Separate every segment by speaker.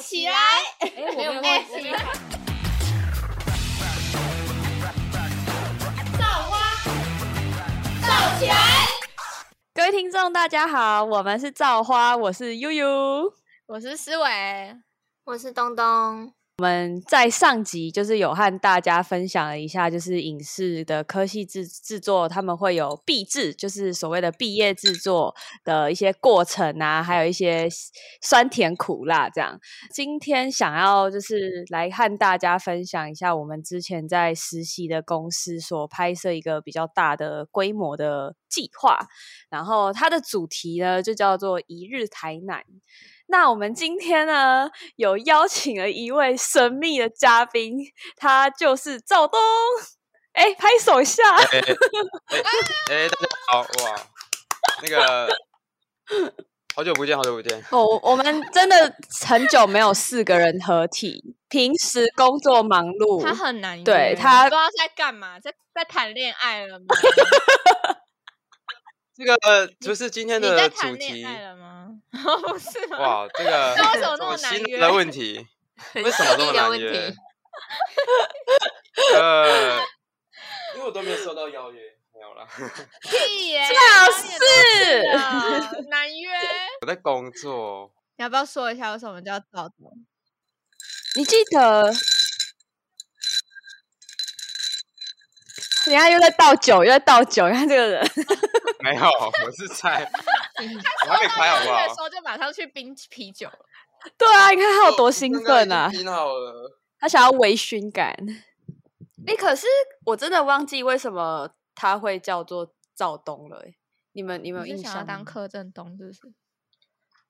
Speaker 1: 起来！
Speaker 2: 哎，我没有
Speaker 1: 哎
Speaker 2: 忘记。
Speaker 1: 造花，造起来！
Speaker 3: 各位听众，大家好，我们是造花，我是悠悠。
Speaker 1: 我是思维，
Speaker 4: 我是东东，
Speaker 3: 在上集就是有和大家分享了一下，就是影视的科系制制作，他们会有毕制，就是所谓的毕业制作的一些过程啊，还有一些酸甜苦辣这样。今天想要就是来和大家分享一下，我们之前在实习的公司所拍摄一个比较大的规模的计划，然后它的主题呢就叫做“一日台南”。那我们今天呢，有邀请了一位神秘的嘉宾，他就是赵东。哎，拍手一下！
Speaker 5: 哎哎，大家好哇！那个好久不见，好久不见。
Speaker 3: 哦，我们真的很久没有四个人合体，平时工作忙碌，
Speaker 1: 他很难约，
Speaker 3: 对他
Speaker 1: 不知道在干嘛，在在谈恋爱 了吗？
Speaker 5: 这个就是今天
Speaker 1: 你在
Speaker 5: 的主
Speaker 1: 谈恋
Speaker 5: 题
Speaker 1: 爱了吗？ 不是吗？
Speaker 5: 哇，这个
Speaker 1: 那为什么那么
Speaker 5: 新
Speaker 1: 难约
Speaker 5: 的 问题，为什么
Speaker 4: 犀
Speaker 5: 这么
Speaker 4: 利的
Speaker 5: 难
Speaker 4: 问
Speaker 5: 约
Speaker 4: 题？
Speaker 5: 呃，因为我都没有收到邀约，没有啦，
Speaker 1: 屁耶！
Speaker 3: 就是
Speaker 1: 啊难约。
Speaker 5: 我在工作。
Speaker 1: 你要不要说一下为什么叫赵东？
Speaker 3: 你记得，人家又在倒酒，又在倒酒，你看这个人。
Speaker 5: 没有，我是 在，我还没开好不
Speaker 1: 的
Speaker 5: 好
Speaker 1: 时？候就马上去冰啤酒了，
Speaker 3: 对啊，你看他有
Speaker 5: 哦
Speaker 3: 多
Speaker 5: 我
Speaker 3: 兴
Speaker 5: 刚刚已
Speaker 3: 奋
Speaker 5: 经
Speaker 3: 啊！
Speaker 5: 听好了，
Speaker 3: 他想要微醺感。哎、可是我真的忘记为什么他会叫做赵东了、欸。你们你们有
Speaker 1: 你
Speaker 3: 印
Speaker 1: 是
Speaker 3: 象
Speaker 1: 想
Speaker 3: 吗？
Speaker 1: 要当柯震东是不是？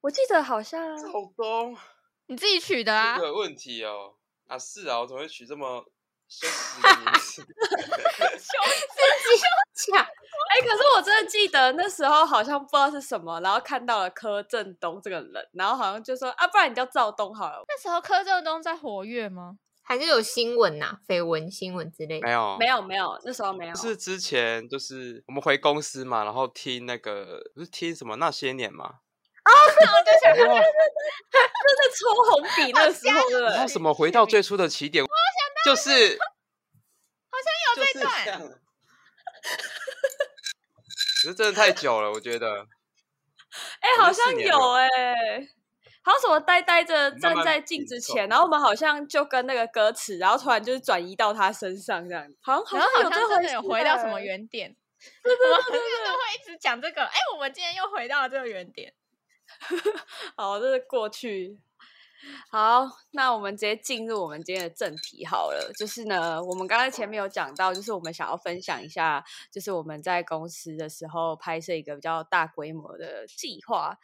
Speaker 3: 我记得好像
Speaker 5: 好东
Speaker 1: 你自己取的啊
Speaker 5: 这？个问题哦，啊是啊，我怎么会取这么羞耻的 名字？
Speaker 4: 抢
Speaker 3: 哎、可是我真的记得那时候好像不知道是什么，然后看到了柯震东这个人，然后好像就说啊，不然你叫赵东好了。
Speaker 1: 那时候柯震东在活跃吗？
Speaker 4: 还是有新闻呐、绯闻新闻之类的
Speaker 5: 没。
Speaker 1: 哦
Speaker 5: 有，
Speaker 3: 没有没有，那时候没有。
Speaker 5: 就是之前就是我们回公司嘛，然后听那个不是听什么那些年嘛，
Speaker 1: 哦我就想，
Speaker 3: 真的抽红笔那时候
Speaker 5: 然后
Speaker 3: 的，
Speaker 5: 什么回到最初的起点，就是
Speaker 1: 好像有这一段。
Speaker 5: 段。可是真的太久了，我觉得
Speaker 3: 哎、
Speaker 5: 我
Speaker 3: 好
Speaker 5: 是四
Speaker 3: 像
Speaker 5: 年
Speaker 3: 有
Speaker 5: 了
Speaker 3: 哎、好像什么呆呆着
Speaker 5: 慢
Speaker 3: 站
Speaker 5: 慢
Speaker 3: 在镜
Speaker 5: 拼
Speaker 3: 子
Speaker 5: 凑
Speaker 3: 前，然后我们好像就跟那个歌词，然后突然就是转移到他身上这样，好像好
Speaker 1: 然后
Speaker 3: 有
Speaker 1: 好
Speaker 3: 这
Speaker 1: 像真的
Speaker 3: 事
Speaker 1: 有回到什
Speaker 3: 欸
Speaker 1: 么原点。对对 对对，都会一直讲这个。哎，我们今天又回到了这个原点。
Speaker 3: 好，这是过去。好，那我们直接进入我们今天的正题好了。就是呢，我们刚才前面有讲到，就是我们想要分享一下，就是我们在公司的时候拍摄一个比较大规模的计划。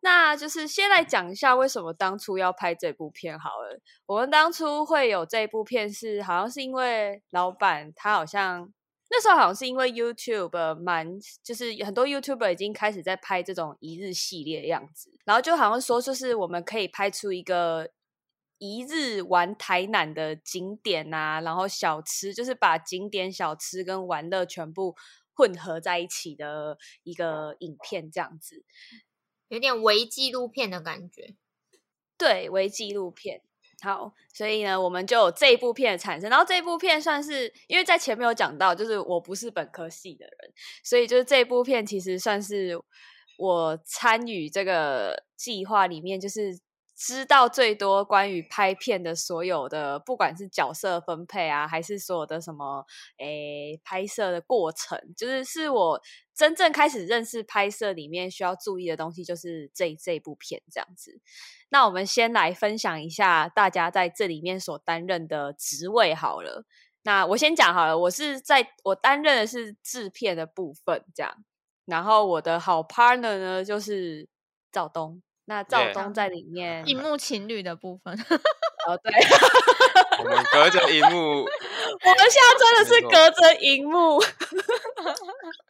Speaker 3: 那就是先来讲一下为什么当初要拍这部片好了。我们当初会有这部片是，好像是因为老板他好像那时候好像是因为 YouTube 蛮，就是很多 YouTuber 已经开始在拍这种一日系列的样子，然后就好像说，就是我们可以拍出一个一日玩台南的景点啊，然后小吃，就是把景点、小吃跟玩乐全部混合在一起的一个影片这样子。
Speaker 4: 有点微纪录片的感觉。
Speaker 3: 对，为纪录片。好，所以呢，我们就有这一部片的产生。然后这一部片算是，因为在前面有讲到，就是我不是本科系的人，所以就是这一部片其实算是我参与这个计划里面，就是知道最多关于拍片的所有的，不管是角色分配啊，还是所有的什么诶拍摄的过程，就是是我真正开始认识拍摄里面需要注意的东西，就是这这一部片这样子。那我们先来分享一下大家在这里面所担任的职位好了。那我先讲好了，我是在我担任的是制片的部分，这样。然后我的好 partner 呢就是赵东，那赵
Speaker 5: Yeah
Speaker 3: 东在里面
Speaker 1: 荧幕情侣的部 分，
Speaker 3: 哦，对，
Speaker 5: 我们隔着荧 幕，
Speaker 3: 我们现在真的是
Speaker 5: 没错
Speaker 3: 隔着荧幕。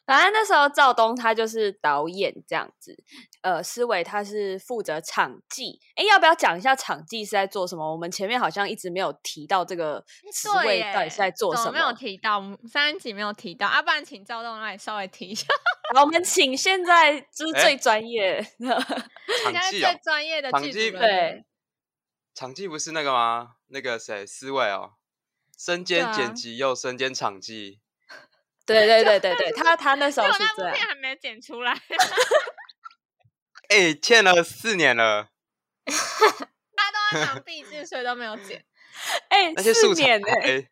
Speaker 3: 反正那时候赵东他就是导演这样子，呃，思维他是负责场记。哎，要不要讲一下场记是在做什么？我们前面好像一直没有提到这个职
Speaker 1: 对
Speaker 3: 位
Speaker 1: 耶
Speaker 3: 到底是在做
Speaker 1: 怎
Speaker 3: 什
Speaker 1: 么没有提到，上一集没有提到。啊，不然请赵栋那里稍微提一下，
Speaker 3: 好，我们请现在就是
Speaker 5: 诶
Speaker 3: 最专业的，
Speaker 1: 现
Speaker 5: 场
Speaker 1: 在
Speaker 5: 记啊
Speaker 1: 最，专业的
Speaker 5: 场
Speaker 1: 剧
Speaker 5: 记
Speaker 1: 组人员
Speaker 3: 对，
Speaker 5: 场记不是那个吗？那个谁，思伟哦，身兼
Speaker 3: 啊
Speaker 5: 剪辑又身兼场记，
Speaker 3: 对对对对对，他他那时
Speaker 1: 所
Speaker 3: 候
Speaker 1: 以我
Speaker 3: 是
Speaker 1: 那部
Speaker 3: 这样
Speaker 1: 啊片，还没剪出来，
Speaker 5: 哎、欠了四年了，
Speaker 1: 大家都在忙毕制，所以都没有 剪。
Speaker 3: 哎、
Speaker 5: 那些
Speaker 3: 四
Speaker 5: 素材
Speaker 3: 年哎、
Speaker 5: 还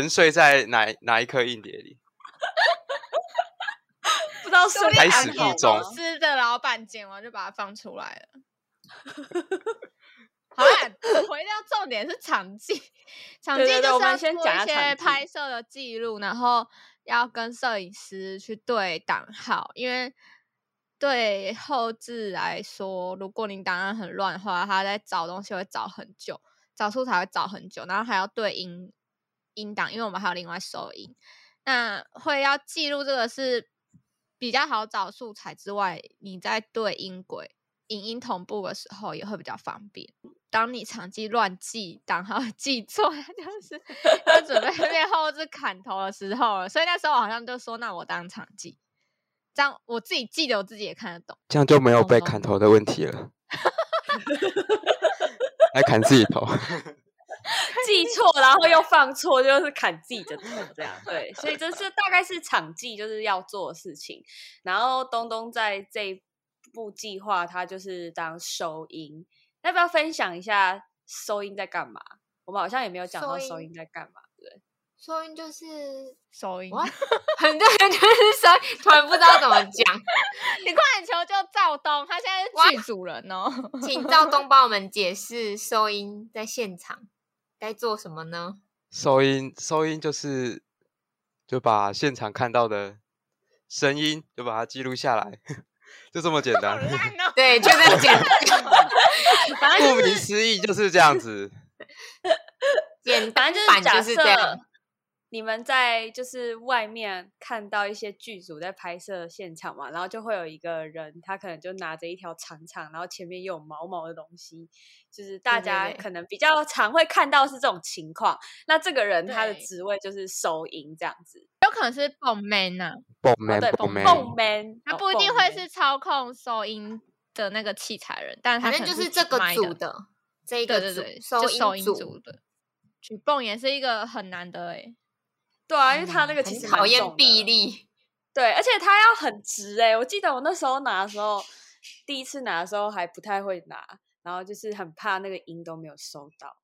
Speaker 5: 沉睡在哪哪一颗硬碟里？
Speaker 3: 不知道是
Speaker 1: 说不定
Speaker 5: 还
Speaker 1: 哪
Speaker 5: 始
Speaker 1: 天
Speaker 5: 密
Speaker 1: 公
Speaker 5: 宗
Speaker 1: 司的老板剪完就把它放出来了。 好啦，回到重点是场记，场记
Speaker 3: 对
Speaker 1: 就是
Speaker 3: 对对我们
Speaker 1: 要
Speaker 3: 先
Speaker 1: 做
Speaker 3: 讲
Speaker 1: 一
Speaker 3: 下
Speaker 1: 些
Speaker 3: 场记
Speaker 1: 拍摄的记录，然后要跟摄影师去对档号，因为对后置来说，如果你档案很乱的话，他在找东西会找很久，找素材会找很久，然后还要对音音档，因为我们还有另外收音，那会要记录这个是比较好找素材之外，你在对音轨、影音同步的时候也会比较方便。当你长期乱记档号 记错，就是要准备被后置砍头的时候了。所以那时候我好像就说，那我当场记，这样我自己记得，我自己也看得懂。
Speaker 5: 这样就没有被
Speaker 3: 哦
Speaker 1: 懂
Speaker 5: 砍头的问题 了，还砍自己头。
Speaker 3: 记错，然后又放错，就是砍自己 的头这样。对，所以这是大概是场记就是要做的事情。然后东东在这一部计划，他就是当收音。要不要分享一下收音在干嘛？我们好像也没有讲到
Speaker 4: 收
Speaker 3: 收音
Speaker 4: 音
Speaker 3: 在干嘛，对不对？
Speaker 4: 收音就是
Speaker 1: 收音，
Speaker 4: 哇，很对，就是收音，突然不知道怎么讲，
Speaker 1: 你快点求救赵东，他现在
Speaker 4: 哇
Speaker 1: 是剧组人 哦。
Speaker 4: 请赵东帮我们解释收音在现场该做什么呢？
Speaker 5: 收音收音就是就把现场看到的声音就把它记录下来， 就这么简单。
Speaker 1: 烂哦，
Speaker 4: 对，就这样简
Speaker 3: 反正
Speaker 5: 顾
Speaker 3: 就是
Speaker 5: 名思义就是这样子。
Speaker 4: 简
Speaker 3: 反
Speaker 4: 单
Speaker 3: 正就是
Speaker 4: 版
Speaker 3: 假
Speaker 4: 就是这样
Speaker 3: 设。你们在就是外面看到一些剧组在拍摄现场嘛，然后就会有一个人，他可能就拿着一条长长，然后前面又有毛毛的东西，就是大
Speaker 4: 对对
Speaker 3: 家
Speaker 4: 对
Speaker 3: 可能比较常会看到是这种情况。那这个人他的
Speaker 1: 对
Speaker 3: 职位就是收银这样子，
Speaker 1: 有可能 是蹦 man 啊，
Speaker 5: 蹦
Speaker 3: 哦
Speaker 5: man
Speaker 3: 对，
Speaker 5: 蹦
Speaker 3: 蹦
Speaker 5: man，
Speaker 3: 蹦 man，
Speaker 1: 他
Speaker 3: 哦
Speaker 1: 不一
Speaker 3: 蹦
Speaker 1: 定会
Speaker 3: man
Speaker 1: 是操控收音的那个器材人，但
Speaker 4: 反
Speaker 1: 他
Speaker 4: 正
Speaker 1: 可
Speaker 4: 就
Speaker 1: 能
Speaker 4: 是
Speaker 1: 是
Speaker 4: 这
Speaker 1: 取
Speaker 4: 个
Speaker 1: 麦
Speaker 4: 组的这一
Speaker 1: 对对
Speaker 4: 个组
Speaker 1: 对，就
Speaker 4: 收
Speaker 1: 音
Speaker 4: 组，
Speaker 1: 的。举泵也是一个很难的哎、
Speaker 3: 对啊，因为他那个其
Speaker 4: 嗯很
Speaker 3: 实
Speaker 4: 考
Speaker 3: 蛮
Speaker 4: 验
Speaker 3: 重
Speaker 4: 臂
Speaker 3: 的
Speaker 4: 力。
Speaker 3: 对，而且它要很直哎、我记得我那时候拿的时候，第一次拿的时候还不太会拿，然后就是很怕那个音都没有收到。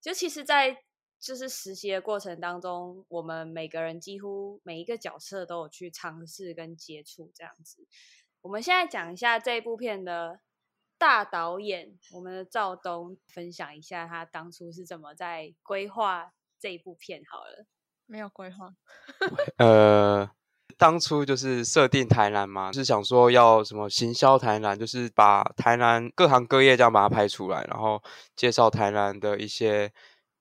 Speaker 3: 就其实，在就是实习的过程当中，我们每个人几乎每一个角色都有去尝试跟接触这样子。我们现在讲一下这部片的大导演，我们的赵东分享一下他当初是怎么在规划这一部片好了。
Speaker 1: 没有规划。
Speaker 5: 呃，当初就是设定台南嘛，就是想说要什么行销台南，就是把台南各行各业这样把它拍出来，然后介绍台南的一些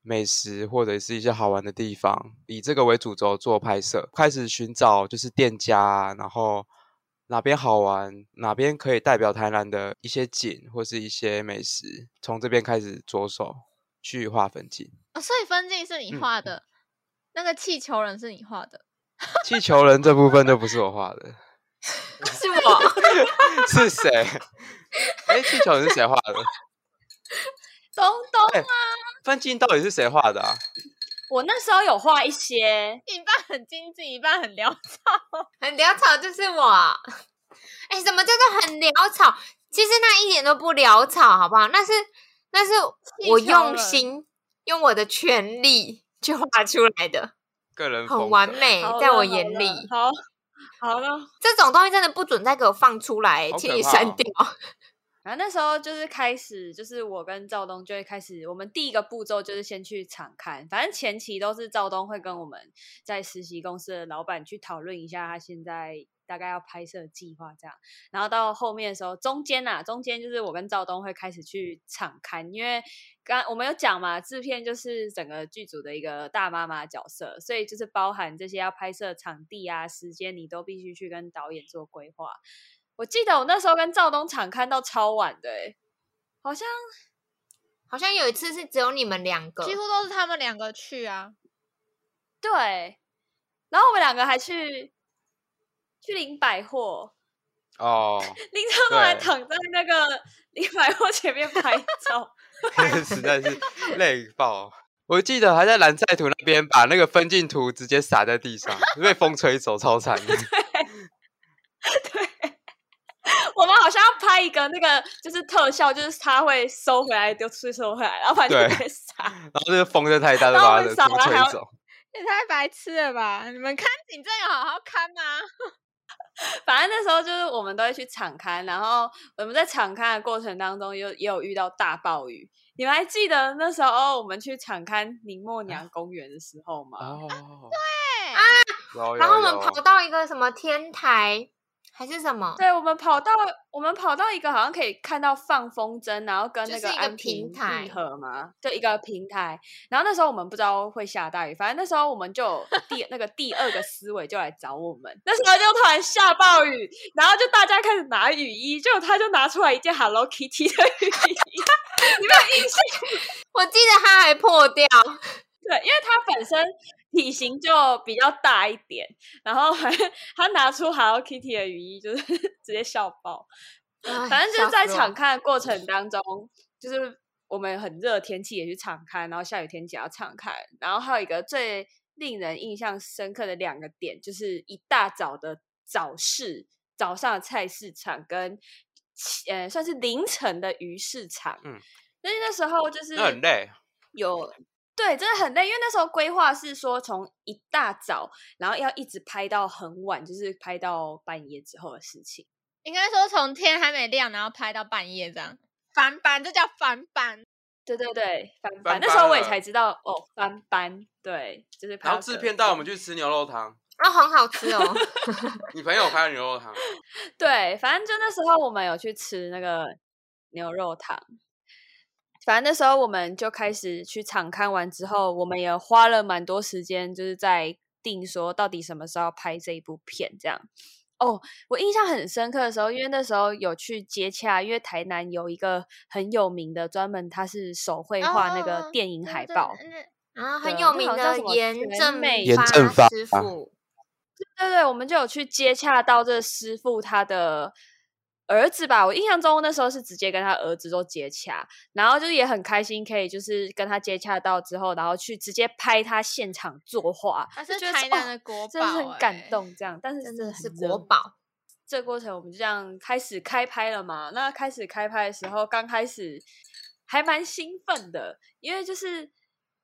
Speaker 5: 美食或者是一些好玩的地方，以这个为主轴做拍摄。开始寻找就是店家啊，然后哪边好玩，哪边可以代表台南的一些景或是一些美食，从这边开始着手去划分景。
Speaker 1: 哦，所以分镜是你
Speaker 5: 嗯
Speaker 1: 画的，那个气球人是你画的，
Speaker 5: 气球人这部分就不是我画的。
Speaker 4: 是我，
Speaker 5: 是谁？哎、气球人是谁画的？
Speaker 3: 东东，
Speaker 5: 分镜到底是谁画的啊？
Speaker 3: 我那时候有画一些，
Speaker 1: 一半很精致，一半很 潦草。
Speaker 4: 很潦草就是我。哎、什么叫做很潦草？其实那一点都不潦草，好不好？那是那是
Speaker 1: 气
Speaker 4: 我
Speaker 1: 球
Speaker 4: 用
Speaker 1: 人
Speaker 4: 心，用我的全力去画出来的，
Speaker 5: 个人风
Speaker 4: 很
Speaker 5: 格
Speaker 4: 完。美
Speaker 3: 好，
Speaker 4: 在
Speaker 3: 了
Speaker 4: 我
Speaker 3: 好
Speaker 4: 眼
Speaker 3: 了
Speaker 4: 里。
Speaker 3: 好，好了。
Speaker 4: 这种东西真的不准再给我放出来，
Speaker 5: 好
Speaker 4: 请
Speaker 5: 可
Speaker 4: 你
Speaker 5: 怕哦
Speaker 4: 删掉。
Speaker 3: 然后那时候就是开始，就是我跟赵东就会开始，我们第一个步骤就是先去场看，反正前期都是赵东会跟我们在实习公司的老板去讨论一下他现在大概要拍摄的计划这样。然后到后面的时候，中间呐、中间就是我跟赵东会开始去场刊，因为刚我们有讲嘛，制片就是整个剧组的一个大妈妈角色，所以就是包含这些要拍摄场地啊、时间，你都必须去跟导演做规划。我记得我那时候跟赵东场看到超晚的、欸，好像
Speaker 4: 好像有一次是只有你们两个，
Speaker 1: 几乎都是他们两个去啊。
Speaker 3: 对。然后我们两个还去去领百货，
Speaker 5: 哦，
Speaker 3: 林超梦还
Speaker 5: 对
Speaker 3: 躺在那个林百货前面拍照，
Speaker 5: 实在是累爆。我记得还在蓝赛图那边把那个分镜图直接撒在地上，被风吹走，超惨的。
Speaker 3: 我们好像要拍一个那个就是特效，就是它会收回来丢出去收回来，然后把
Speaker 5: 对
Speaker 3: 那个撒。
Speaker 5: 然后这个风真的太大，就
Speaker 3: 然后
Speaker 5: 把
Speaker 3: 我
Speaker 5: 它
Speaker 3: 们
Speaker 5: 的
Speaker 3: 扫
Speaker 5: 图
Speaker 3: 了还要
Speaker 5: 吹走。
Speaker 1: 也太白痴了吧！你们看景真有好好看吗？
Speaker 3: 反正那时候就是我们都会去场刊，然后我们在场刊的过程当中又也有遇到大暴雨。你们还记得那时候我们去场刊宁默
Speaker 5: 哎
Speaker 3: 娘公园的时候吗？
Speaker 5: 哦，
Speaker 1: 啊，
Speaker 5: 有
Speaker 4: 然后我们
Speaker 5: 有
Speaker 4: 跑到一个什么天台还是什么，
Speaker 3: 对，我们跑到我们跑到一个好像可以看到放风筝，然后跟
Speaker 4: 就
Speaker 3: 那
Speaker 4: 是一个
Speaker 3: 安
Speaker 4: 平
Speaker 3: 平
Speaker 4: 台
Speaker 3: 运河嘛，就一个平台。然后那时候我们不知道会下大雨，反正那时候我们就 有第那个第二个思维就来找我们，那时候就突然下暴雨，然后就大家开始拿雨衣，就他就拿出来一件 Hello Kitty 的雨衣，
Speaker 4: 我记得它还破掉，
Speaker 3: 对，因为他本身体型就比较大一点，然后还他拿出 Hello Kitty 的雨衣，就是 直接笑爆。
Speaker 5: 哎
Speaker 3: 反正就是在场
Speaker 4: 场，
Speaker 3: 看的过程当中，就是我们很热的天气也去场看，然后下雨天气也要场看，然后还有一个最令人印象深刻的两个点，就是一大早的早市，早上的菜市场跟起呃算是凌晨的鱼市场，
Speaker 5: 嗯，
Speaker 3: 但是那时候就是
Speaker 5: 那很累，
Speaker 3: 有对，真的很累，因为那时候规划是说从一大早，然后要一直拍到很晚，就是拍到半夜之后的事情。
Speaker 1: 应该说从天还没亮，然后拍到半夜这样，翻版这叫翻版。
Speaker 3: 对对对，翻
Speaker 5: 翻
Speaker 3: 班。那时候
Speaker 5: 班
Speaker 3: 我也
Speaker 5: 了
Speaker 3: 才知道哦，翻班，对，就是拍
Speaker 5: 然
Speaker 3: 到
Speaker 5: 后制
Speaker 3: 隔
Speaker 5: 片带我
Speaker 3: 天
Speaker 5: 们去吃牛肉汤，
Speaker 4: 啊，很好吃哦，
Speaker 5: 你朋友开的牛肉汤，
Speaker 3: 对，反正就那时候我们有去吃那个牛肉汤。反正那时候我们就开始去场看完之后，我们也花了蛮多时间，就是在定说到底什么时候要拍这一部片这样。哦，我印象很深刻的时候，因为那时候有去接洽，因为台南有一个很有名的，专门他是手绘画那个
Speaker 4: 哦
Speaker 3: 电影海
Speaker 4: 对
Speaker 3: 报，
Speaker 4: 对对啊，很
Speaker 3: 对
Speaker 4: 有
Speaker 3: 那
Speaker 4: 名
Speaker 3: 好像叫
Speaker 4: 的
Speaker 3: 什么
Speaker 4: 严
Speaker 3: 全
Speaker 4: 正
Speaker 3: 美
Speaker 5: 严正发啊
Speaker 4: 师傅，
Speaker 3: 对对，我们就有去接洽到这师傅他的儿子吧。我印象中那时候是直接跟他儿子做接洽，然后就是也很开心，可以就是跟他接洽到之后，然后去直接拍他现场作画，
Speaker 1: 它
Speaker 3: 就是觉得
Speaker 1: 啊台南的国
Speaker 3: 哦、真的是
Speaker 1: 宝
Speaker 3: 很感
Speaker 1: 欸
Speaker 3: 动。这样，但是
Speaker 4: 真
Speaker 3: 的
Speaker 4: 的是
Speaker 3: 很热
Speaker 4: 国宝。
Speaker 3: 这过程我们就这样开始开拍了嘛。那开始开拍的时候，刚开始还蛮兴奋的，因为就是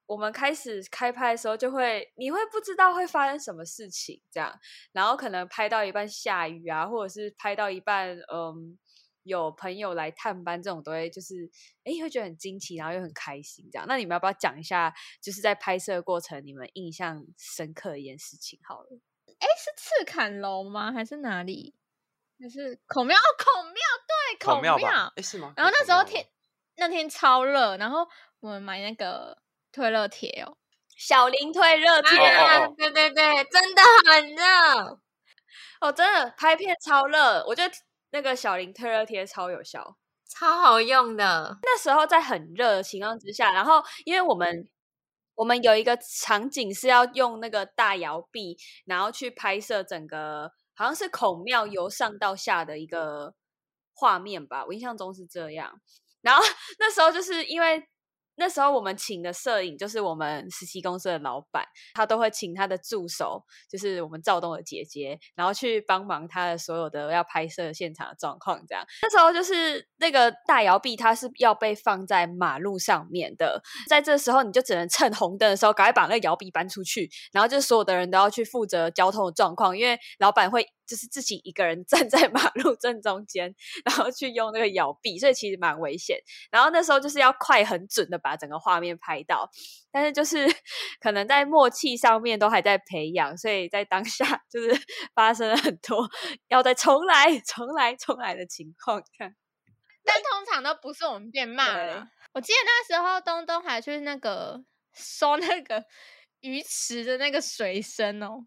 Speaker 3: 我们开始开拍的时候，就会你会不知道会发生什么事情这样，然后可能拍到一半下雨啊，或者是拍到一半，嗯。有朋友来探班，这种都会就是，哎，会觉得很惊奇，然后又很开心，这样。那你们要不要讲一下，就是在拍摄的过程，你们印象深刻的一件事情？好了。
Speaker 1: 哎，是赤坎楼吗？还是哪里？还是孔庙？哦，孔庙对，
Speaker 5: 孔
Speaker 1: 孔庙
Speaker 5: 庙吧？哎，是吗？
Speaker 1: 然后
Speaker 5: 是
Speaker 1: 那
Speaker 5: 孔
Speaker 1: 时候
Speaker 5: 庙吗
Speaker 1: 天那天超热，然后我们买那个退热贴哦，
Speaker 3: 小林退热贴
Speaker 5: 哦
Speaker 4: 啊
Speaker 5: 哦哦，
Speaker 4: 对对对，真的很热。
Speaker 3: 哦，真的拍片超热，我觉得那个小林退热贴超有效。
Speaker 4: 超好用的，
Speaker 3: 那时候在很热的情况之下，然后因为我们我们有一个场景是要用那个大摇臂，然后去拍摄整个好像是孔庙由上到下的一个画面吧，我印象中是这样。然后那时候就是因为那时候我们请的摄影就是我们实习公司的老板，他都会请他的助手，就是我们赵东的姐姐，然后去帮忙他的所有的要拍摄现场的状况。这样那时候就是那个大摇臂，它是要被放在马路上面的，在这时候你就只能趁红灯的时候赶快把那个摇臂搬出去，然后就是所有的人都要去负责交通的状况，因为老板会就是自己一个人 站在马路正中间，然后去用那个摇臂，所以其实蛮危险。然后那时候就是要快很准的把整个画面拍到，但是就是 可能在默契上面都还在培养，所以在当下 就是发生了很多要再重来、 重来、重来的情况。这样
Speaker 1: 但通常都不是我们被骂
Speaker 3: 对
Speaker 1: 了。我记得那时候东东还去那个收那个 鱼池的那个水声哦，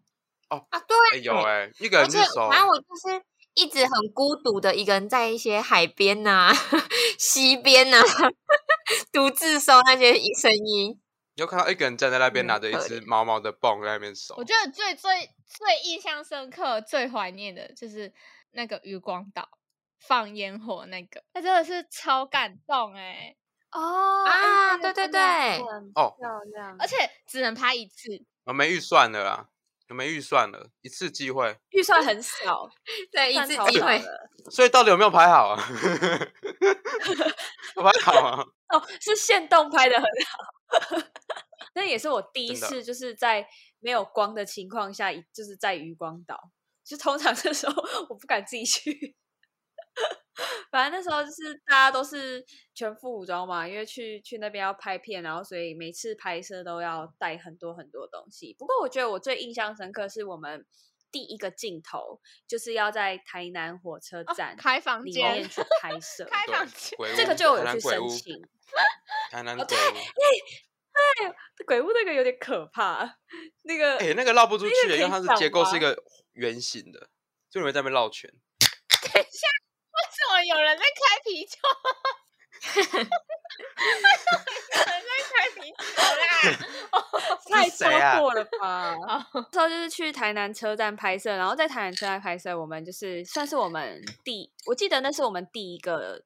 Speaker 4: 啊，对
Speaker 5: 哎有哎，一个
Speaker 4: 而
Speaker 5: 人去
Speaker 4: 且
Speaker 5: 收，
Speaker 4: 反正我就是一直很孤独的一个人在一些海边呐、 溪边呐、 独自收那些声音。
Speaker 5: 你就看到一个人站在那边
Speaker 4: 嗯
Speaker 5: 拿着一
Speaker 4: 可
Speaker 5: 只
Speaker 4: 怜
Speaker 5: 毛毛的棒在那边收
Speaker 1: 我，觉得最最最印象深刻、最怀念的就是那个渔光岛放烟火那个，那真的是超感动哎、哦
Speaker 4: 啊
Speaker 1: 哎那个
Speaker 4: 对对
Speaker 1: 真的
Speaker 4: 对
Speaker 3: 很
Speaker 5: 哦
Speaker 3: 漂亮
Speaker 1: 而。且只能拍一次，
Speaker 5: 我没预算了啦，我没预算了，一次机会，
Speaker 3: 预算很少，
Speaker 4: 对，一
Speaker 3: 算
Speaker 4: 次
Speaker 3: 超
Speaker 4: 机
Speaker 3: 少
Speaker 4: 会，
Speaker 3: 的
Speaker 5: 所以到底有没有排好啊？ 有排好啊？
Speaker 3: 哦，是现动拍的很好。 那也是我第一
Speaker 5: 真的啊
Speaker 3: 次，就是在没有光的情况下，就是在渔光岛。就通常这时候 我不敢自己去，反正那时候就是大家都是全副武装嘛，因为去去那边要拍片，然后所以每次拍摄都要带很多很多东西。不过我觉得我最印象深刻是我们第一个镜头就是要在台南火车
Speaker 1: 哦
Speaker 3: 站
Speaker 1: 开房
Speaker 3: 里
Speaker 1: 间
Speaker 3: 面去 拍摄，
Speaker 1: 开
Speaker 5: 对
Speaker 1: 房间
Speaker 5: 鬼屋
Speaker 3: 这个就
Speaker 5: 嗯台
Speaker 3: 有
Speaker 5: 南
Speaker 3: 去
Speaker 5: 鬼
Speaker 3: 申
Speaker 5: 屋，
Speaker 3: 请。
Speaker 5: 台南
Speaker 3: 哦
Speaker 5: 鬼屋，
Speaker 3: 鬼屋那个有点可怕，那个、
Speaker 5: 哎、那个绕不出去
Speaker 3: 那个可
Speaker 5: 欸，
Speaker 3: 以
Speaker 5: 因为它是
Speaker 3: 讲
Speaker 5: 结构是
Speaker 3: 吗
Speaker 5: 一个圆形的，就你会在那边绕圈。
Speaker 1: 怎么有人在开啤酒？为什么有人在开啤酒啦？
Speaker 3: 哦太
Speaker 5: 谁啊
Speaker 3: 超过了吧？ 那时候就是去台南车站拍摄，然后在台南车站拍摄，我们就是算是我们第，我记得那是我们第一个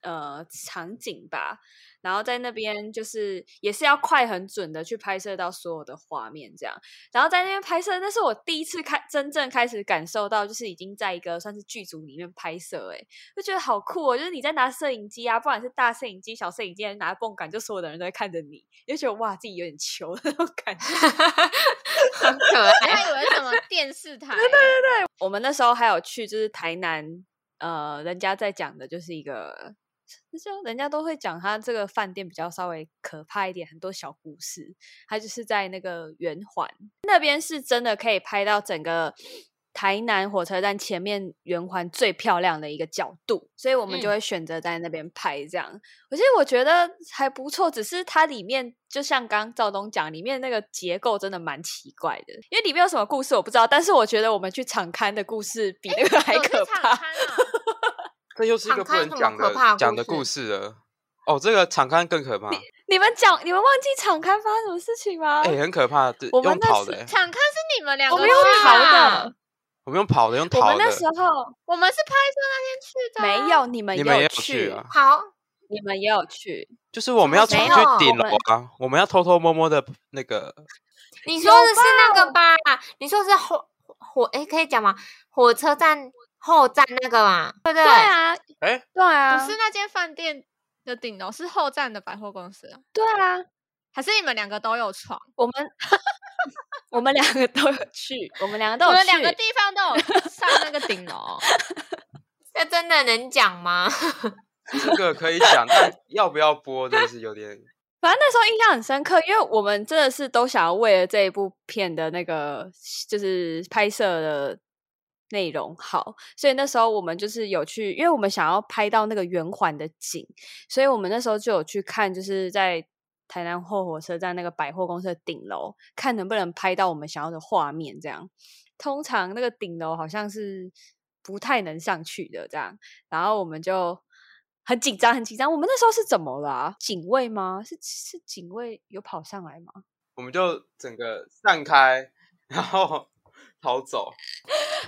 Speaker 3: 呃场景吧。然后在那边就是也是要快很准的去拍摄到所有的画面这样。然后在那边拍摄，那是我第一次开真正开始感受到，就是已经在一个算是剧组里面拍摄、欸，就觉得好酷哦！就是你在拿摄影机啊，不管是大摄影机、小摄影机，还是拿泵杆，就所有的人都在看着你，你就觉得哇，自己有点糗的那种感觉。
Speaker 4: 很可爱。
Speaker 1: 还以为什么电视台？
Speaker 3: 我们那时候还有去，就是台南，呃，人家在讲的就是一个，那就人家都会讲他这个饭店比较稍微可怕一点，很多小故事。它就是在那个圆环那边，是真的可以拍到整个台南火车站前面圆环最漂亮的一个角度，所以我们就
Speaker 4: 嗯
Speaker 3: 会选择在那边拍这样。我其实我觉得还不错，只是它里面就像刚刚赵东讲，里面那个结构真的蛮奇怪的，因为里面有什么故事我不知道，但是我觉得我们去场刊的故事比 那个还
Speaker 1: 有去
Speaker 3: 可
Speaker 1: 唱
Speaker 3: 怕。
Speaker 1: 餐哦
Speaker 5: 这又是一
Speaker 4: 敞
Speaker 5: 个不
Speaker 4: 开
Speaker 5: 能
Speaker 4: 什么
Speaker 5: 讲
Speaker 4: 可怕
Speaker 5: 的
Speaker 4: 的
Speaker 5: 讲
Speaker 4: 故
Speaker 5: 的故
Speaker 4: 事
Speaker 5: 事了。哦，这个场刊更可怕，
Speaker 3: 你哦们讲，你们忘记场刊发生什么事情吗？
Speaker 5: 哎、很可怕，对
Speaker 3: 我们
Speaker 5: 用
Speaker 3: 那
Speaker 5: 跑
Speaker 3: 时
Speaker 5: 的、欸，
Speaker 1: 场刊是你们两个
Speaker 3: 我们用
Speaker 1: 去
Speaker 3: 逃
Speaker 1: 啊
Speaker 3: 的，，
Speaker 5: 我们用跑的，用
Speaker 3: 我
Speaker 5: 逃
Speaker 3: 们
Speaker 5: 的
Speaker 3: 那，时候
Speaker 1: 我们是拍摄那天去的啊。
Speaker 3: 没有，你们
Speaker 5: 你们也有
Speaker 3: 去
Speaker 5: 去啊？
Speaker 4: 好，
Speaker 3: 你们也有去，
Speaker 5: 就是我们要
Speaker 4: 没
Speaker 5: 冲去
Speaker 4: 有
Speaker 5: 顶
Speaker 3: 哦我
Speaker 5: 楼
Speaker 3: 们
Speaker 5: 啊，我们要偷偷摸摸的那 个
Speaker 4: 你说的是那个吧？你说是火火哎，可以讲吗？火车站后站那个嘛，对不对？
Speaker 3: 对啊，
Speaker 5: 哎
Speaker 3: 对啊，
Speaker 1: 不是那间饭店的顶楼，是后站的百货公司啊，
Speaker 3: 对啊，
Speaker 1: 还是你们两个都有床？
Speaker 3: 我们我们两个都有去，我们两个都
Speaker 1: 我
Speaker 3: 有
Speaker 1: 们
Speaker 3: 去，
Speaker 1: 两个地方都有 上那个顶楼，
Speaker 4: 这真的能讲吗？
Speaker 5: 这个可以讲， 但要不要播，真的是有点。
Speaker 3: 反正那时候印象很深刻，因为我们真的是都想要为了这一部片的那个就是拍摄的内容好，所以那时候我们就是有去，因为我们想要拍到那个圆环的景，所以我们那时候就有去看，就是在台南后火车站那个百货公司的顶楼，看能不能拍到我们想要的画面。这样，通常那个顶楼好像是不太能上去的，这样。然后我们就很紧张，很紧张。我们那时候是怎么啦、警卫吗？是是警卫有跑上来吗？
Speaker 5: 我们就整个散开，然后 逃走。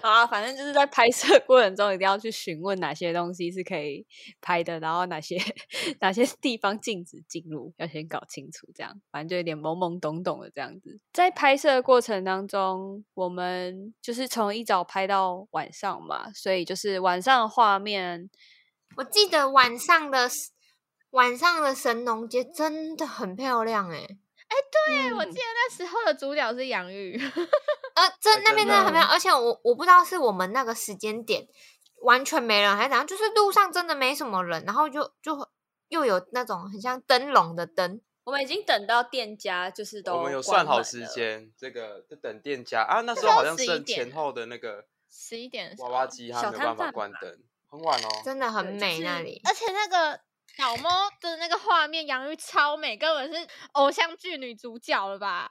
Speaker 3: 啊，反正就是在拍摄过程中一定要去询问哪些东西是可以拍的，然后哪些哪些地方禁止进入，要先搞清楚。这样，反正就有点懵懵懂懂的这样子。在拍摄的过程当中，我们就是从一早拍到晚上嘛，所以就是晚上的画面，
Speaker 4: 我记得晚上的晚上的神农街真的很漂亮哎、
Speaker 1: 对，我
Speaker 3: 嗯
Speaker 1: 记得那时候的主角是杨玉，
Speaker 4: 呃，这
Speaker 5: 哎
Speaker 4: 那边真
Speaker 5: 真
Speaker 4: 的
Speaker 5: 的
Speaker 4: 很漂
Speaker 3: 哦
Speaker 4: 亮，而且我我不知道是我们那个时间点完全没人，还是怎样，就是路上真的没什么人，然后就就又有那种很像灯笼的灯，
Speaker 3: 我们已经等到店家就是都
Speaker 5: 我们有
Speaker 3: 关
Speaker 5: 算好
Speaker 3: 门
Speaker 5: 时
Speaker 3: 了，
Speaker 5: 间，这个就等店家啊，那时
Speaker 1: 时
Speaker 5: 候好
Speaker 1: 候
Speaker 5: 像
Speaker 1: 11
Speaker 5: 剩
Speaker 1: 点
Speaker 5: 前
Speaker 1: 了
Speaker 5: 后的那个
Speaker 1: 十一点的时
Speaker 5: 娃
Speaker 1: 候
Speaker 5: 娃机，它
Speaker 3: 小
Speaker 5: 没有
Speaker 3: 摊
Speaker 5: 办法
Speaker 3: 贩
Speaker 5: 关灯，很晚哦。
Speaker 4: 真的很
Speaker 3: 对就
Speaker 4: 美那
Speaker 3: 是哎
Speaker 4: 里。
Speaker 1: 而且那个小猫的那个画面，杨玉超美，根本是偶像剧女主角了吧？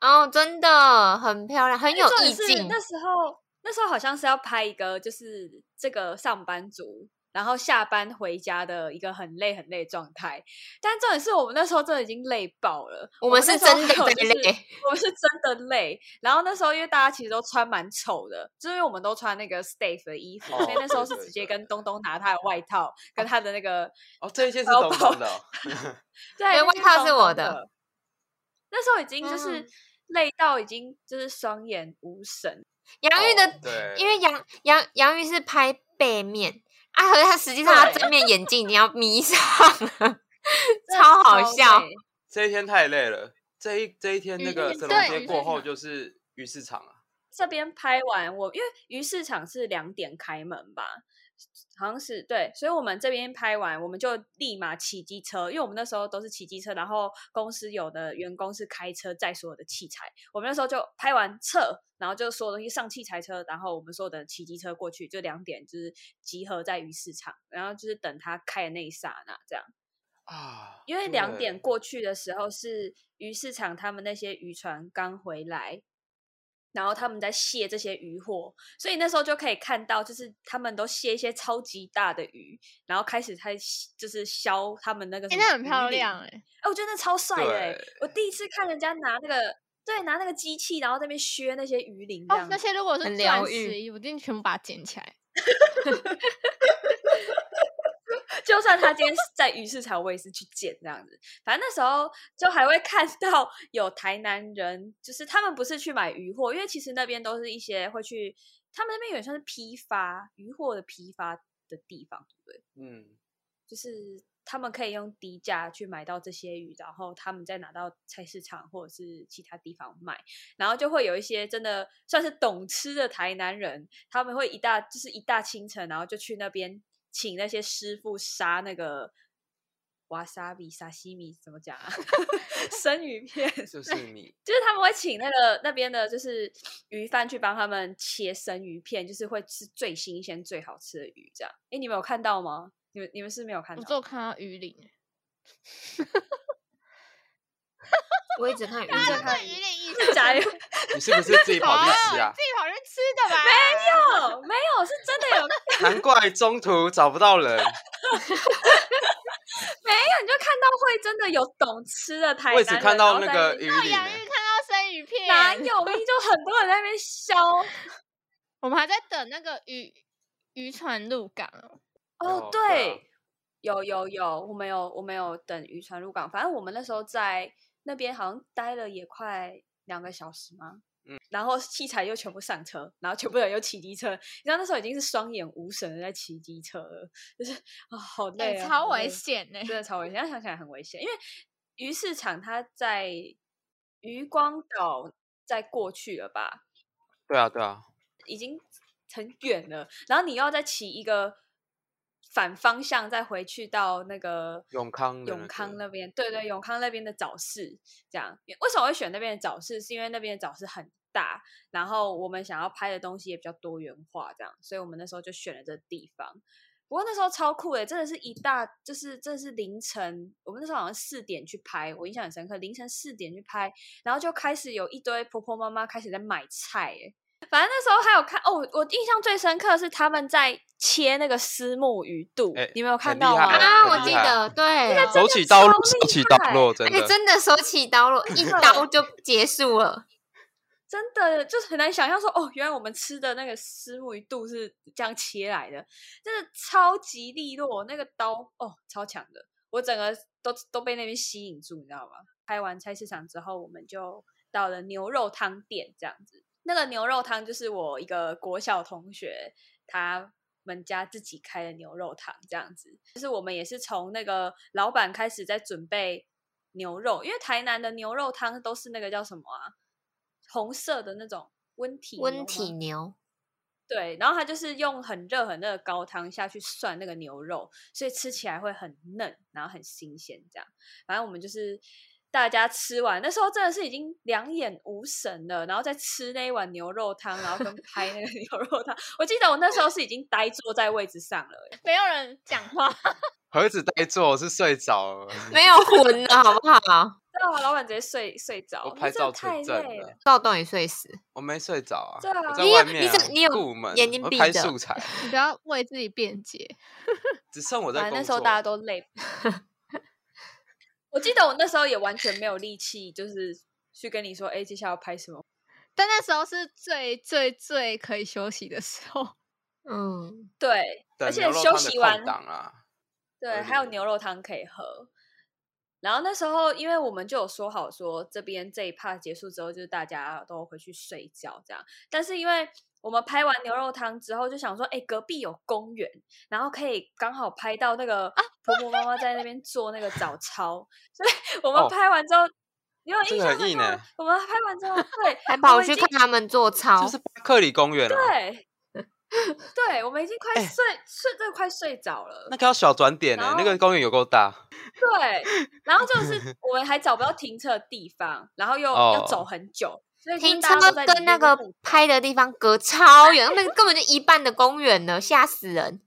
Speaker 4: 哦，真的很漂亮，很有
Speaker 3: 重点
Speaker 4: 意
Speaker 3: 是
Speaker 4: 境。
Speaker 3: 那时候，那时候好像是要拍一个，就是这个上班族然后下班回家的一个很累很累的状态。但重点是我们那时候真的已经累爆了，
Speaker 4: 我们是
Speaker 3: 那时候
Speaker 4: 真的
Speaker 3: 还有
Speaker 4: 在
Speaker 3: 就是
Speaker 4: 累，
Speaker 3: 我们是真的累。然后那时候因为大家其实都穿蛮丑的，就是因为我们都穿那个 staff 的衣服，
Speaker 5: 哦
Speaker 3: 所以那时候是
Speaker 5: 对对
Speaker 3: 直接
Speaker 5: 对
Speaker 3: 跟东东拿他的外套，跟他的那个
Speaker 5: 哦，这一切是
Speaker 3: 包
Speaker 5: 懂
Speaker 3: 包
Speaker 5: 懂 的哦、
Speaker 3: 对，
Speaker 4: 对
Speaker 3: 那
Speaker 4: 外
Speaker 3: 件
Speaker 4: 套
Speaker 3: 东
Speaker 4: 是我的
Speaker 3: 东的。那时候已经就是
Speaker 4: 嗯
Speaker 3: 累到已经就是双眼无神，
Speaker 4: 杨玉的，
Speaker 5: 哦对，
Speaker 4: 因为杨杨杨玉是拍背面啊， 可是他实际上他
Speaker 3: 对
Speaker 4: 正面眼镜已经要眯上了，
Speaker 3: 真的
Speaker 4: 超好
Speaker 3: 超
Speaker 4: 笑。
Speaker 3: 累
Speaker 5: 这一天太累了。这一这一天那
Speaker 1: 嗯
Speaker 5: 个
Speaker 1: 嗯
Speaker 5: 神龙
Speaker 1: 对
Speaker 5: 街
Speaker 1: 鱼
Speaker 5: 过
Speaker 1: 市
Speaker 5: 后
Speaker 1: 场
Speaker 5: 就是鱼市场啊，
Speaker 3: 这边拍完，我因为鱼市场是两点开门吧，好像是对，所以我们这边拍完，我们就立马骑机车，因为我们那时候都是骑机车，然后公司有的员工是开车载所有的器材，我们那时候就拍完撤，然后就所有东西上器材车，然后我们所有的人骑机车过去，就两点就是集合在鱼市场，然后就是等他开的那一刹那这样。
Speaker 5: 啊，
Speaker 3: 因为两点
Speaker 5: 对
Speaker 3: 过去的时候是鱼市场，他们那些渔船刚回来，然后他们在卸这些渔货，所以那时候就可以看到，就是他们都卸一些超级大的鱼，然后开始在洗就是削他们那个什
Speaker 1: 哎、
Speaker 3: 么
Speaker 1: 那很
Speaker 3: 鱼
Speaker 1: 漂
Speaker 3: 鳞
Speaker 1: 亮哎、
Speaker 3: 哎、我觉得那超帅的、欸
Speaker 5: 对！
Speaker 3: 我第一次看人家拿那个，对，拿那个机器，然后在那边削那些鱼鳞，这
Speaker 1: 哦
Speaker 3: 样，
Speaker 1: 那些如果
Speaker 4: 很
Speaker 1: 是
Speaker 4: 疗
Speaker 1: 钻石
Speaker 4: 愈
Speaker 1: 衣服，一定全部把它捡起来。
Speaker 3: 就算他今天是在鱼市场，我也是去捡这样子。反正那时候就还会看到有台南人，就是他们不是去买鱼货，因为其实那边都是一些会去，他们那边有点像是批发鱼货的批发的地方，对不对？
Speaker 5: 嗯，
Speaker 3: 就是他们可以用低价去买到这些鱼，然后他们再拿到菜市场或者是其他地方卖，然后就会有一些真的算是懂吃的台南人，他们会一大就是一大清晨，然后就去那边请那些师傅杀那个。瓦萨比、沙西米怎么讲啊？ 生鱼片
Speaker 5: 就是你
Speaker 3: 就是他们会请那个那边的，就是鱼贩去帮他们切生鱼片，就是会吃最新鲜、最好吃的鱼。这样，哎，你们有看到吗？你们你们是没有看
Speaker 1: 我
Speaker 3: 到？
Speaker 1: 只有看到鱼鳞，
Speaker 4: 我一直看鱼
Speaker 3: 大家都
Speaker 4: 鳞，
Speaker 3: 看鱼
Speaker 1: 鳞一
Speaker 3: 是 假的？
Speaker 5: 你是不是自己跑去吃啊？
Speaker 1: 己跑去吃的吧？没有，
Speaker 3: 没有，没有，是真的有
Speaker 5: 难怪中途找不到人，
Speaker 3: 没有，你就看到会真的有懂吃的台南
Speaker 5: 我
Speaker 3: 人
Speaker 5: 只看到
Speaker 3: 然后
Speaker 5: 那
Speaker 3: 在
Speaker 5: 个
Speaker 3: 边
Speaker 5: 鱼鳞
Speaker 1: 洋芋
Speaker 5: 欸、
Speaker 1: 看到生鱼片，
Speaker 3: 哪有？明明就很多人在那边削。
Speaker 1: 我们还在等那个渔渔船入港哦，
Speaker 3: 哦
Speaker 5: 有，对啊
Speaker 3: 对，有有有，我们有我们有等渔船入港，反正我们那时候在那边好像待了也快两个小时嘛。嗯，然后器材又全部上车，然后全部人又骑机车，你知道那时候已经是双眼无神的在骑机车了，就是啊、好累
Speaker 1: 哎、
Speaker 3: 啊，
Speaker 1: 超
Speaker 3: 好
Speaker 1: 危
Speaker 3: 累
Speaker 1: 险呢、
Speaker 3: 真的超危险。现在想起来很危险，因为鱼市场它在渔光岛在过去了吧，
Speaker 5: 对啊对啊，
Speaker 3: 已经很远了。然后你要再骑一个反方向再回去到那个
Speaker 5: 永康的那
Speaker 3: 永康
Speaker 5: 个
Speaker 3: 那边，对对，永康那边的早市这样。为什么会选那边的早市？是因为那边的早市很大，然后我们想要拍的东西也比较多元化，这样，所以我们那时候就选了这地方。不过那时候超酷诶，真的是一大，就是真的是凌晨，我们那时候好像四点去拍，我印象很深刻，凌晨四点去拍，然后就开始有一堆婆婆妈妈开始在买菜诶。反正那时候还有看哦，我印象最深刻的是他们在切那个丝木鱼肚，
Speaker 5: 诶
Speaker 3: 你们有看
Speaker 5: 哎很厉
Speaker 3: 到
Speaker 5: 害
Speaker 3: 吗？
Speaker 5: 啊
Speaker 4: 啊，我
Speaker 5: 很
Speaker 4: 记
Speaker 5: 厉害
Speaker 4: 得，对，
Speaker 1: 那个
Speaker 5: 手
Speaker 3: 真的
Speaker 5: 起刀落，
Speaker 3: 超
Speaker 5: 手
Speaker 3: 厉
Speaker 5: 起刀
Speaker 3: 害
Speaker 5: 落，真
Speaker 4: 而且
Speaker 5: 的。
Speaker 4: 真的手起刀落，一刀就结束了。
Speaker 3: 真的就是很难想象说，哦，原来我们吃的那个丝木鱼肚是这样切来的，真的超级利落，那个刀哦超强的，我整个都都被那边吸引住，你知道吗？拍完菜市场之后，我们就到了牛肉汤店，这样子。那个牛肉汤就是我一个国小同学他们家自己开的牛肉汤，这样子。就是我们也是从那个老板开始在准备牛肉，因为台南的牛肉汤都是那个叫什么啊，红色的那种温体牛
Speaker 4: 温
Speaker 3: 吗
Speaker 4: 体牛，
Speaker 3: 对，然后它就是用很热很热的高汤下去涮那个牛肉，所以吃起来会很嫩，然后很新鲜这样。反正我们就是大家吃完，那时候真的是已经两眼无神了，然后再吃那一碗牛肉汤，然后跟拍那个 牛肉汤。我记得我那时候是已经呆坐在位置上了，
Speaker 1: 没有人讲话，
Speaker 5: 盒子呆坐是睡着了，
Speaker 4: 没有魂了，好不好？
Speaker 3: 对到啊，老板直接睡睡着，
Speaker 5: 我
Speaker 3: 那
Speaker 5: 拍
Speaker 3: 真的
Speaker 5: 照
Speaker 3: 太
Speaker 5: 成正
Speaker 3: 累了
Speaker 5: 的。，
Speaker 4: 照洞也睡死。
Speaker 5: 我没睡着啊，
Speaker 3: 对啊
Speaker 5: 我在
Speaker 4: 你有
Speaker 5: 外面、
Speaker 4: 你
Speaker 5: 啊
Speaker 4: 怎，你有
Speaker 5: 入门
Speaker 4: 眼睛
Speaker 5: 我
Speaker 4: 闭
Speaker 5: 拍
Speaker 4: 着
Speaker 5: 素材，
Speaker 1: 你不要为自己辩解。
Speaker 5: 只剩我在
Speaker 3: 反
Speaker 5: 工
Speaker 3: 正那
Speaker 5: 作。
Speaker 3: 时候大家都累。我记得我那时候也完全没有力气，就是去跟你说，哎、接下来要拍什么？
Speaker 1: 但那时候是最最最可以休息的时候，
Speaker 4: 嗯，
Speaker 3: 对，
Speaker 5: 等
Speaker 3: 而且
Speaker 5: 牛肉
Speaker 3: 休
Speaker 5: 汤的
Speaker 3: 息
Speaker 5: 空
Speaker 3: 完
Speaker 5: 档啊，
Speaker 3: 对，
Speaker 5: 有
Speaker 3: 还有
Speaker 5: 点
Speaker 3: 牛肉汤可以喝。然后那时候，因为我们就有说好说，这边这一趴结束之后，就是大家都回去睡觉这样。但是因为我们拍完牛肉汤之后，就想说，哎，隔壁有公园，然后可以刚好拍到那个
Speaker 5: 啊
Speaker 3: 婆婆妈妈在那边做那个早操， 所以我们
Speaker 5: 哦
Speaker 3: 拍完之后，你有
Speaker 5: 这
Speaker 3: 印
Speaker 5: 个
Speaker 3: 象
Speaker 5: 很
Speaker 3: 很
Speaker 5: 硬
Speaker 3: 吗
Speaker 5: 欸？
Speaker 3: 我们拍完之 后，对，
Speaker 4: 还
Speaker 3: 我
Speaker 4: 跑
Speaker 3: 们已
Speaker 4: 去
Speaker 3: 经
Speaker 4: 看他们做操
Speaker 5: 就，是巴克里公园啊，
Speaker 3: 对，对，我们已经快
Speaker 5: 哎
Speaker 3: 睡睡，这快睡着了。
Speaker 5: 那个要小转点呢、
Speaker 3: 然后
Speaker 5: 那个公园有够大，
Speaker 3: 对，然后就是我们还找不到停车的地方，然后又、要走
Speaker 5: 哦
Speaker 3: 很久，所以就是
Speaker 4: 停
Speaker 3: 大
Speaker 4: 车
Speaker 3: 家都在里
Speaker 4: 跟那
Speaker 3: 面
Speaker 4: 个
Speaker 3: 互
Speaker 4: 拍的地方隔超远，那根本就一半的公园了，吓死人，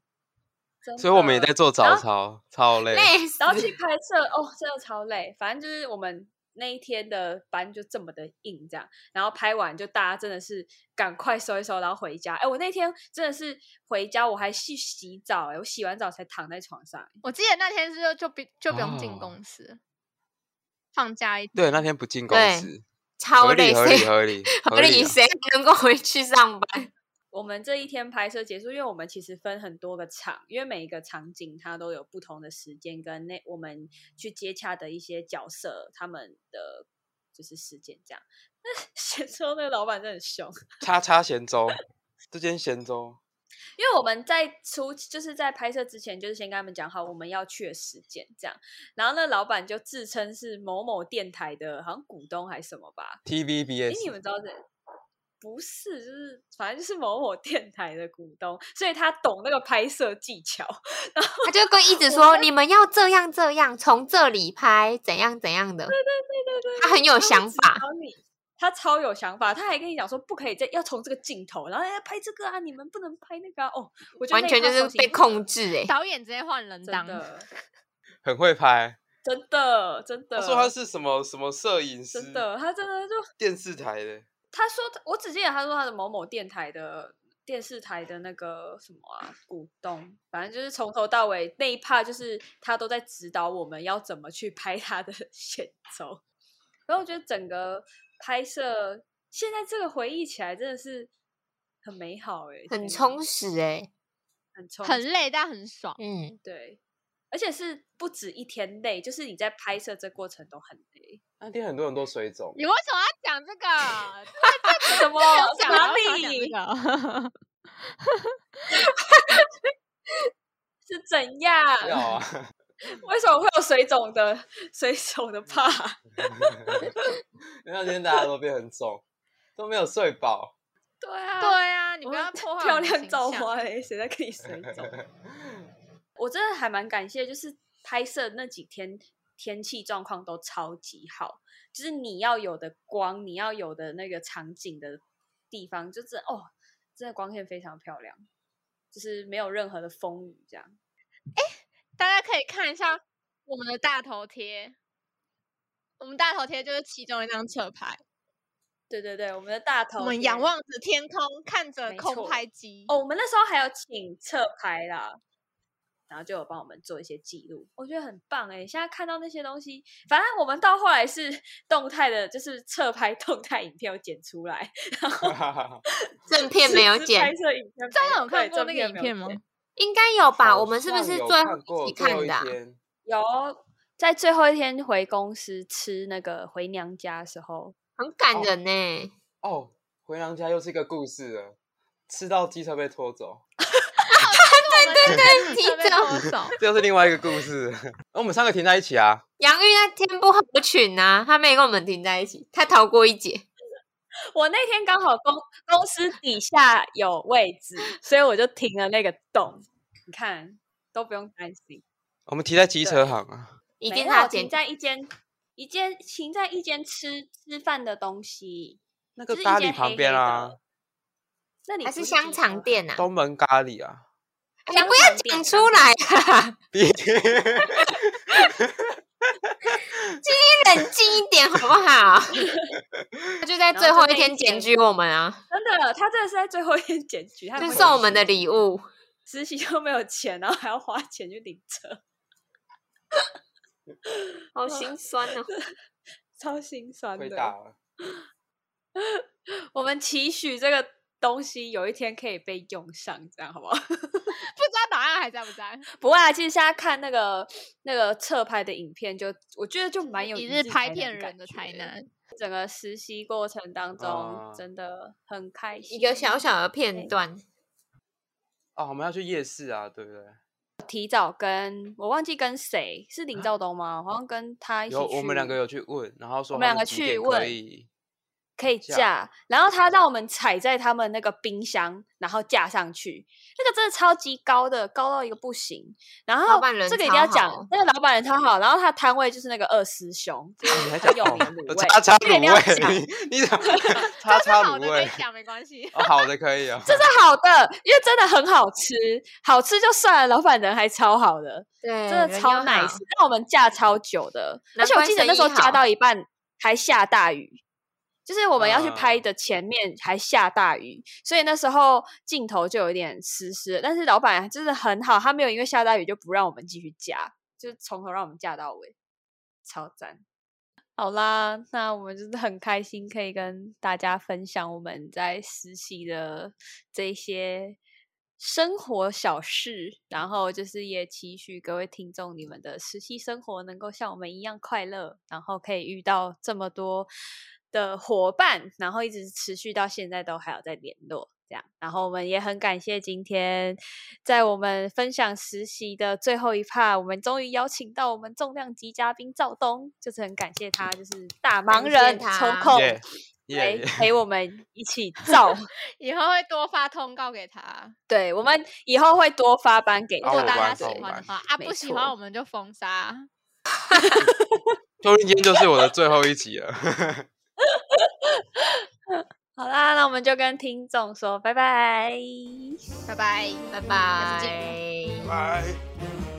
Speaker 3: 真
Speaker 5: 所以我们也
Speaker 3: 的
Speaker 5: 在做
Speaker 3: 然
Speaker 5: 早
Speaker 3: 后
Speaker 5: 操，超累。
Speaker 4: 累死
Speaker 3: 然。后去拍摄，哦，真的超累。反正就是我们那一天的班就这么的硬，这样，然后拍完就大家真的是赶快收一收，然后回家。哎，我那天真的是回家，我还去洗澡、哎，我洗完澡才躺在床上、
Speaker 1: 我记得那天是就不就不用进
Speaker 5: 哦
Speaker 1: 公司了，放假一
Speaker 5: 对，那天不进公
Speaker 4: 对
Speaker 5: 司，
Speaker 4: 超
Speaker 5: 合
Speaker 4: 累，
Speaker 5: 理合理
Speaker 4: 谁 合
Speaker 5: 合理
Speaker 4: 理
Speaker 5: 啊
Speaker 4: 谁能够回去上班？
Speaker 3: 我们这一天拍摄结束，因为我们其实分很多个场，因为每一个场景它都有不同的时间跟那我们去接洽的一些角色他们的就是时间这样。那 咸州那个老板真的很凶，
Speaker 5: 叉叉咸粥，这间咸粥
Speaker 3: 因为我们在出就是在拍摄之前，就是先跟他们讲好我们要去的时间这样，然后那老板就自称是某某电台的，好像股东还是什么吧，哎，你
Speaker 5: TVBS
Speaker 3: 们知道这？不是，就是反正就是某某电台的股东，所以他懂那个拍摄技巧。
Speaker 4: 他就跟一直说你们要这样这样，从这里拍怎样怎样的，
Speaker 3: 对对对，
Speaker 4: 他很有
Speaker 3: 会
Speaker 4: 想
Speaker 3: 指
Speaker 4: 法
Speaker 3: 导你。他超有想法，他还跟你讲说不可以再要从这个镜头，然后要拍这个啊，你们不能拍那个啊。哦，我觉
Speaker 4: 完
Speaker 3: 得那一
Speaker 4: 全就
Speaker 3: 趴
Speaker 4: 是
Speaker 3: 超辛
Speaker 4: 被
Speaker 3: 苦的
Speaker 4: 控制哎、
Speaker 1: 导演直接换人当
Speaker 3: 真，的，
Speaker 5: 很会拍。
Speaker 3: 真的，真的。
Speaker 5: 他说他是什么什么摄影师，
Speaker 3: 真的，他真的就
Speaker 5: 电视台的，
Speaker 3: 他说他我只记得他说他的某某电台的电视台的那个什么啊股东，反正就是从头到尾那一 part 就是他都在指导我们要怎么去拍他的 选轴。然后我觉得整个拍摄现在这个回忆起来真的是很美好哎、
Speaker 4: 很
Speaker 3: 天哪
Speaker 4: 充实哎、
Speaker 3: 很充
Speaker 1: 很累但很爽。
Speaker 4: 嗯，
Speaker 3: 对，而且是不止一天累，就是你在拍摄这过程都很 累。
Speaker 5: 那天很多人都水肿，
Speaker 1: 你为什么要讲这个？
Speaker 3: 什么
Speaker 1: 这个有讲
Speaker 3: 哪
Speaker 1: 啊为什么
Speaker 3: 里？
Speaker 1: 要讲这个哦
Speaker 3: 是怎样？
Speaker 5: 要啊，
Speaker 3: 为什么会有水肿的水肿的怕？
Speaker 5: 因为 那天大家都变很肿，都没有睡饱。
Speaker 3: 对 啊，
Speaker 1: 对啊，你
Speaker 3: 我
Speaker 1: 不要
Speaker 3: 们
Speaker 1: 破坏
Speaker 3: 漂
Speaker 1: 我们的
Speaker 3: 亮
Speaker 1: 形
Speaker 3: 造
Speaker 1: 象
Speaker 3: 花嘞，谁在跟你水肿？ 我真的还蛮感谢，就是拍摄那几天天气状况都超级好，就是你要有的光，你要有的那个场景的地方，就是哦，真的光线非常漂亮，就是没有任何的风雨这样。
Speaker 1: 大家可以看一下我们的大头贴，我们大头贴就是其中一张侧拍，
Speaker 3: 对对对，我们的大头
Speaker 1: 我
Speaker 3: 贴，
Speaker 1: 们仰望着天空，看着
Speaker 3: 没
Speaker 1: 空
Speaker 3: 错
Speaker 1: 拍机。
Speaker 3: 哦，我们那时候还有请侧拍啦，然后就有帮我们做一些记录，我觉得很棒哎、现在看到那些东西，反正我们到后来是 动态的，就是侧拍 动态影片有剪出来，
Speaker 4: 正片没有
Speaker 3: 是拍
Speaker 4: 剪，
Speaker 3: 摄影片没，
Speaker 1: 大家有看
Speaker 3: 对
Speaker 1: 过那个影
Speaker 3: 没有
Speaker 1: 片吗？
Speaker 3: 剪
Speaker 4: 应该有吧？
Speaker 5: 好
Speaker 4: 我们是不
Speaker 5: 像
Speaker 4: 是
Speaker 5: 有
Speaker 4: 最
Speaker 5: 看
Speaker 4: 后
Speaker 5: 过
Speaker 4: 一起
Speaker 5: 最后
Speaker 4: 看
Speaker 5: 一
Speaker 4: 的、啊？
Speaker 5: 天
Speaker 3: 有。在最后一天回公司吃那个回娘家的时候，
Speaker 4: 很感
Speaker 5: 哦
Speaker 4: 人欸呢、
Speaker 5: 哦，回娘家又是一个故事了，吃到鸡车被拖走，
Speaker 1: 对
Speaker 4: 对
Speaker 1: 对
Speaker 4: 对记
Speaker 1: 手。
Speaker 5: 这又是另外一个故事。我们三个停在一起啊，
Speaker 4: 杨玉那天不合群啊，他没跟我们停在一起，他逃过一劫。
Speaker 3: 我那天刚好公公司底下有位置，所以我就停了那个洞。你看，都不用担心。
Speaker 5: 我们停在机车行啊，
Speaker 4: 一
Speaker 3: 没
Speaker 4: 定
Speaker 3: 有
Speaker 4: 他
Speaker 3: 停
Speaker 4: 捡，
Speaker 3: 在一间一间停在一间吃吃饭的东西，
Speaker 5: 那
Speaker 3: 就
Speaker 5: 个
Speaker 3: 是一
Speaker 5: 咖
Speaker 3: 间
Speaker 5: 喱
Speaker 3: 黑
Speaker 5: 旁边
Speaker 3: 黑的
Speaker 5: 啊，
Speaker 3: 那里
Speaker 4: 还
Speaker 3: 不
Speaker 4: 是
Speaker 3: 是
Speaker 4: 香
Speaker 3: 鸡
Speaker 4: 肠
Speaker 3: 腿
Speaker 4: 店呐、啊？
Speaker 5: 东门咖喱啊，
Speaker 3: 啊，
Speaker 4: 你
Speaker 3: 香
Speaker 4: 不要
Speaker 3: 肠
Speaker 4: 讲
Speaker 3: 店
Speaker 4: 出，来 啊！
Speaker 5: 比
Speaker 4: 你冷静一
Speaker 3: 然
Speaker 4: 最
Speaker 3: 后
Speaker 4: 后
Speaker 3: 就
Speaker 4: 一
Speaker 3: 那
Speaker 4: 天检举我们啊，
Speaker 3: 真的，他真的是在最后一天检举，他
Speaker 4: 就
Speaker 3: 很
Speaker 4: 送我
Speaker 3: 有
Speaker 4: 们的
Speaker 3: 趣
Speaker 4: 礼物。
Speaker 3: 实习又没有钱，然后还要花钱去领车，
Speaker 4: 好心酸哦！
Speaker 3: 超心酸
Speaker 5: 亏
Speaker 3: 的。
Speaker 5: 大了。
Speaker 3: 我们期许这个东西有一天可以被用上，这样好不 好？
Speaker 1: 不知道档案还在不 在，
Speaker 3: 不会啊，其实现在看那个那个侧拍的影片就，我觉得就蛮有
Speaker 1: 一
Speaker 3: 日
Speaker 1: 日拍
Speaker 3: 台
Speaker 1: 片
Speaker 3: 南感
Speaker 1: 人的才
Speaker 3: 觉。欸
Speaker 1: 能。
Speaker 3: 整个实习过程当中，
Speaker 5: 啊
Speaker 3: 真的很开心。
Speaker 4: 一个小小的片
Speaker 3: 对
Speaker 4: 段，
Speaker 5: 哦，我们要去夜市啊，对不对？
Speaker 3: 提早跟我忘记跟谁是林兆东吗？好像跟他一起去。
Speaker 5: 啊有我们两个有去问，然后说
Speaker 3: 我们
Speaker 5: 他
Speaker 3: 两个
Speaker 5: 几
Speaker 3: 去
Speaker 5: 点
Speaker 3: 问
Speaker 5: 可以
Speaker 3: 可以
Speaker 5: 架
Speaker 3: 架，然后他让我们踩在他们那个冰箱，然后架上去，那个真的超级高的，高到一个不行。然后
Speaker 4: 老板人
Speaker 3: 这个一定要
Speaker 4: 超
Speaker 3: 讲
Speaker 4: 好，
Speaker 3: 那个老板人超好，然后他摊位就是那个二师兄，
Speaker 5: 啊 你还
Speaker 3: 他
Speaker 5: 讲
Speaker 3: 有名的
Speaker 5: 哦
Speaker 3: 卤味，
Speaker 5: 叉叉
Speaker 3: 这个一定
Speaker 5: 卤
Speaker 3: 要
Speaker 5: 味， 你 讲叉叉
Speaker 1: 好的
Speaker 5: 卤
Speaker 1: 可
Speaker 5: 味
Speaker 1: 以，讲没关系。
Speaker 5: 哦，好的可以 啊。
Speaker 3: 这是好的，因为真的很好吃，好吃就算了，老板人还超好的，
Speaker 4: 对，
Speaker 3: 真的
Speaker 4: 人
Speaker 3: 超
Speaker 4: 又
Speaker 3: nice，
Speaker 4: 好
Speaker 3: 让我们架超久的，而
Speaker 4: 难
Speaker 3: 且我
Speaker 4: 怪
Speaker 3: 记得
Speaker 4: 生
Speaker 3: 那时候
Speaker 4: 意
Speaker 3: 架
Speaker 4: 好
Speaker 3: 到一半还下大雨，就是我们要去拍
Speaker 4: 嗯
Speaker 5: 啊
Speaker 3: 的前面还下大雨，所以那时候镜头就有点湿湿的。但是老板真的很好，他没有因为下大雨就不让我们继续架，就是从头让我们架到尾，超赞。好啦，那我们就是很开心可以跟大家分享我们在实习的这些生活小事，然后就是也期许各位听众你们的实习生活能够像我们一样快乐，然后可以遇到这么多的伙伴，然后一直持续到现在都还有在联络。这样，然后我们也很感谢今天在我们分享实习的最后一 part，我们终于邀请到我们重量级嘉宾赵东，就是很感谢他，就是大
Speaker 4: 感
Speaker 3: 忙
Speaker 4: 谢
Speaker 3: 人抽
Speaker 4: 他
Speaker 3: 空
Speaker 5: 耶耶
Speaker 3: 陪
Speaker 5: 耶
Speaker 3: 陪我们一起造。
Speaker 1: 以后会多发通告给他，
Speaker 3: 对，我们以后会多发班给
Speaker 5: 好
Speaker 1: 如
Speaker 5: 我
Speaker 1: 果
Speaker 3: 他
Speaker 1: 大家
Speaker 5: 玩
Speaker 1: 喜
Speaker 5: 好
Speaker 1: 欢
Speaker 5: 玩
Speaker 1: 的话啊，
Speaker 3: 没
Speaker 1: 不喜
Speaker 3: 错
Speaker 1: 欢我们就封杀。
Speaker 5: 说不定今天就是我的最后一集了。
Speaker 3: 好啦，那我们就跟听众说拜拜。
Speaker 1: 拜拜，
Speaker 4: 拜
Speaker 1: 下次见
Speaker 4: 拜。
Speaker 5: 拜。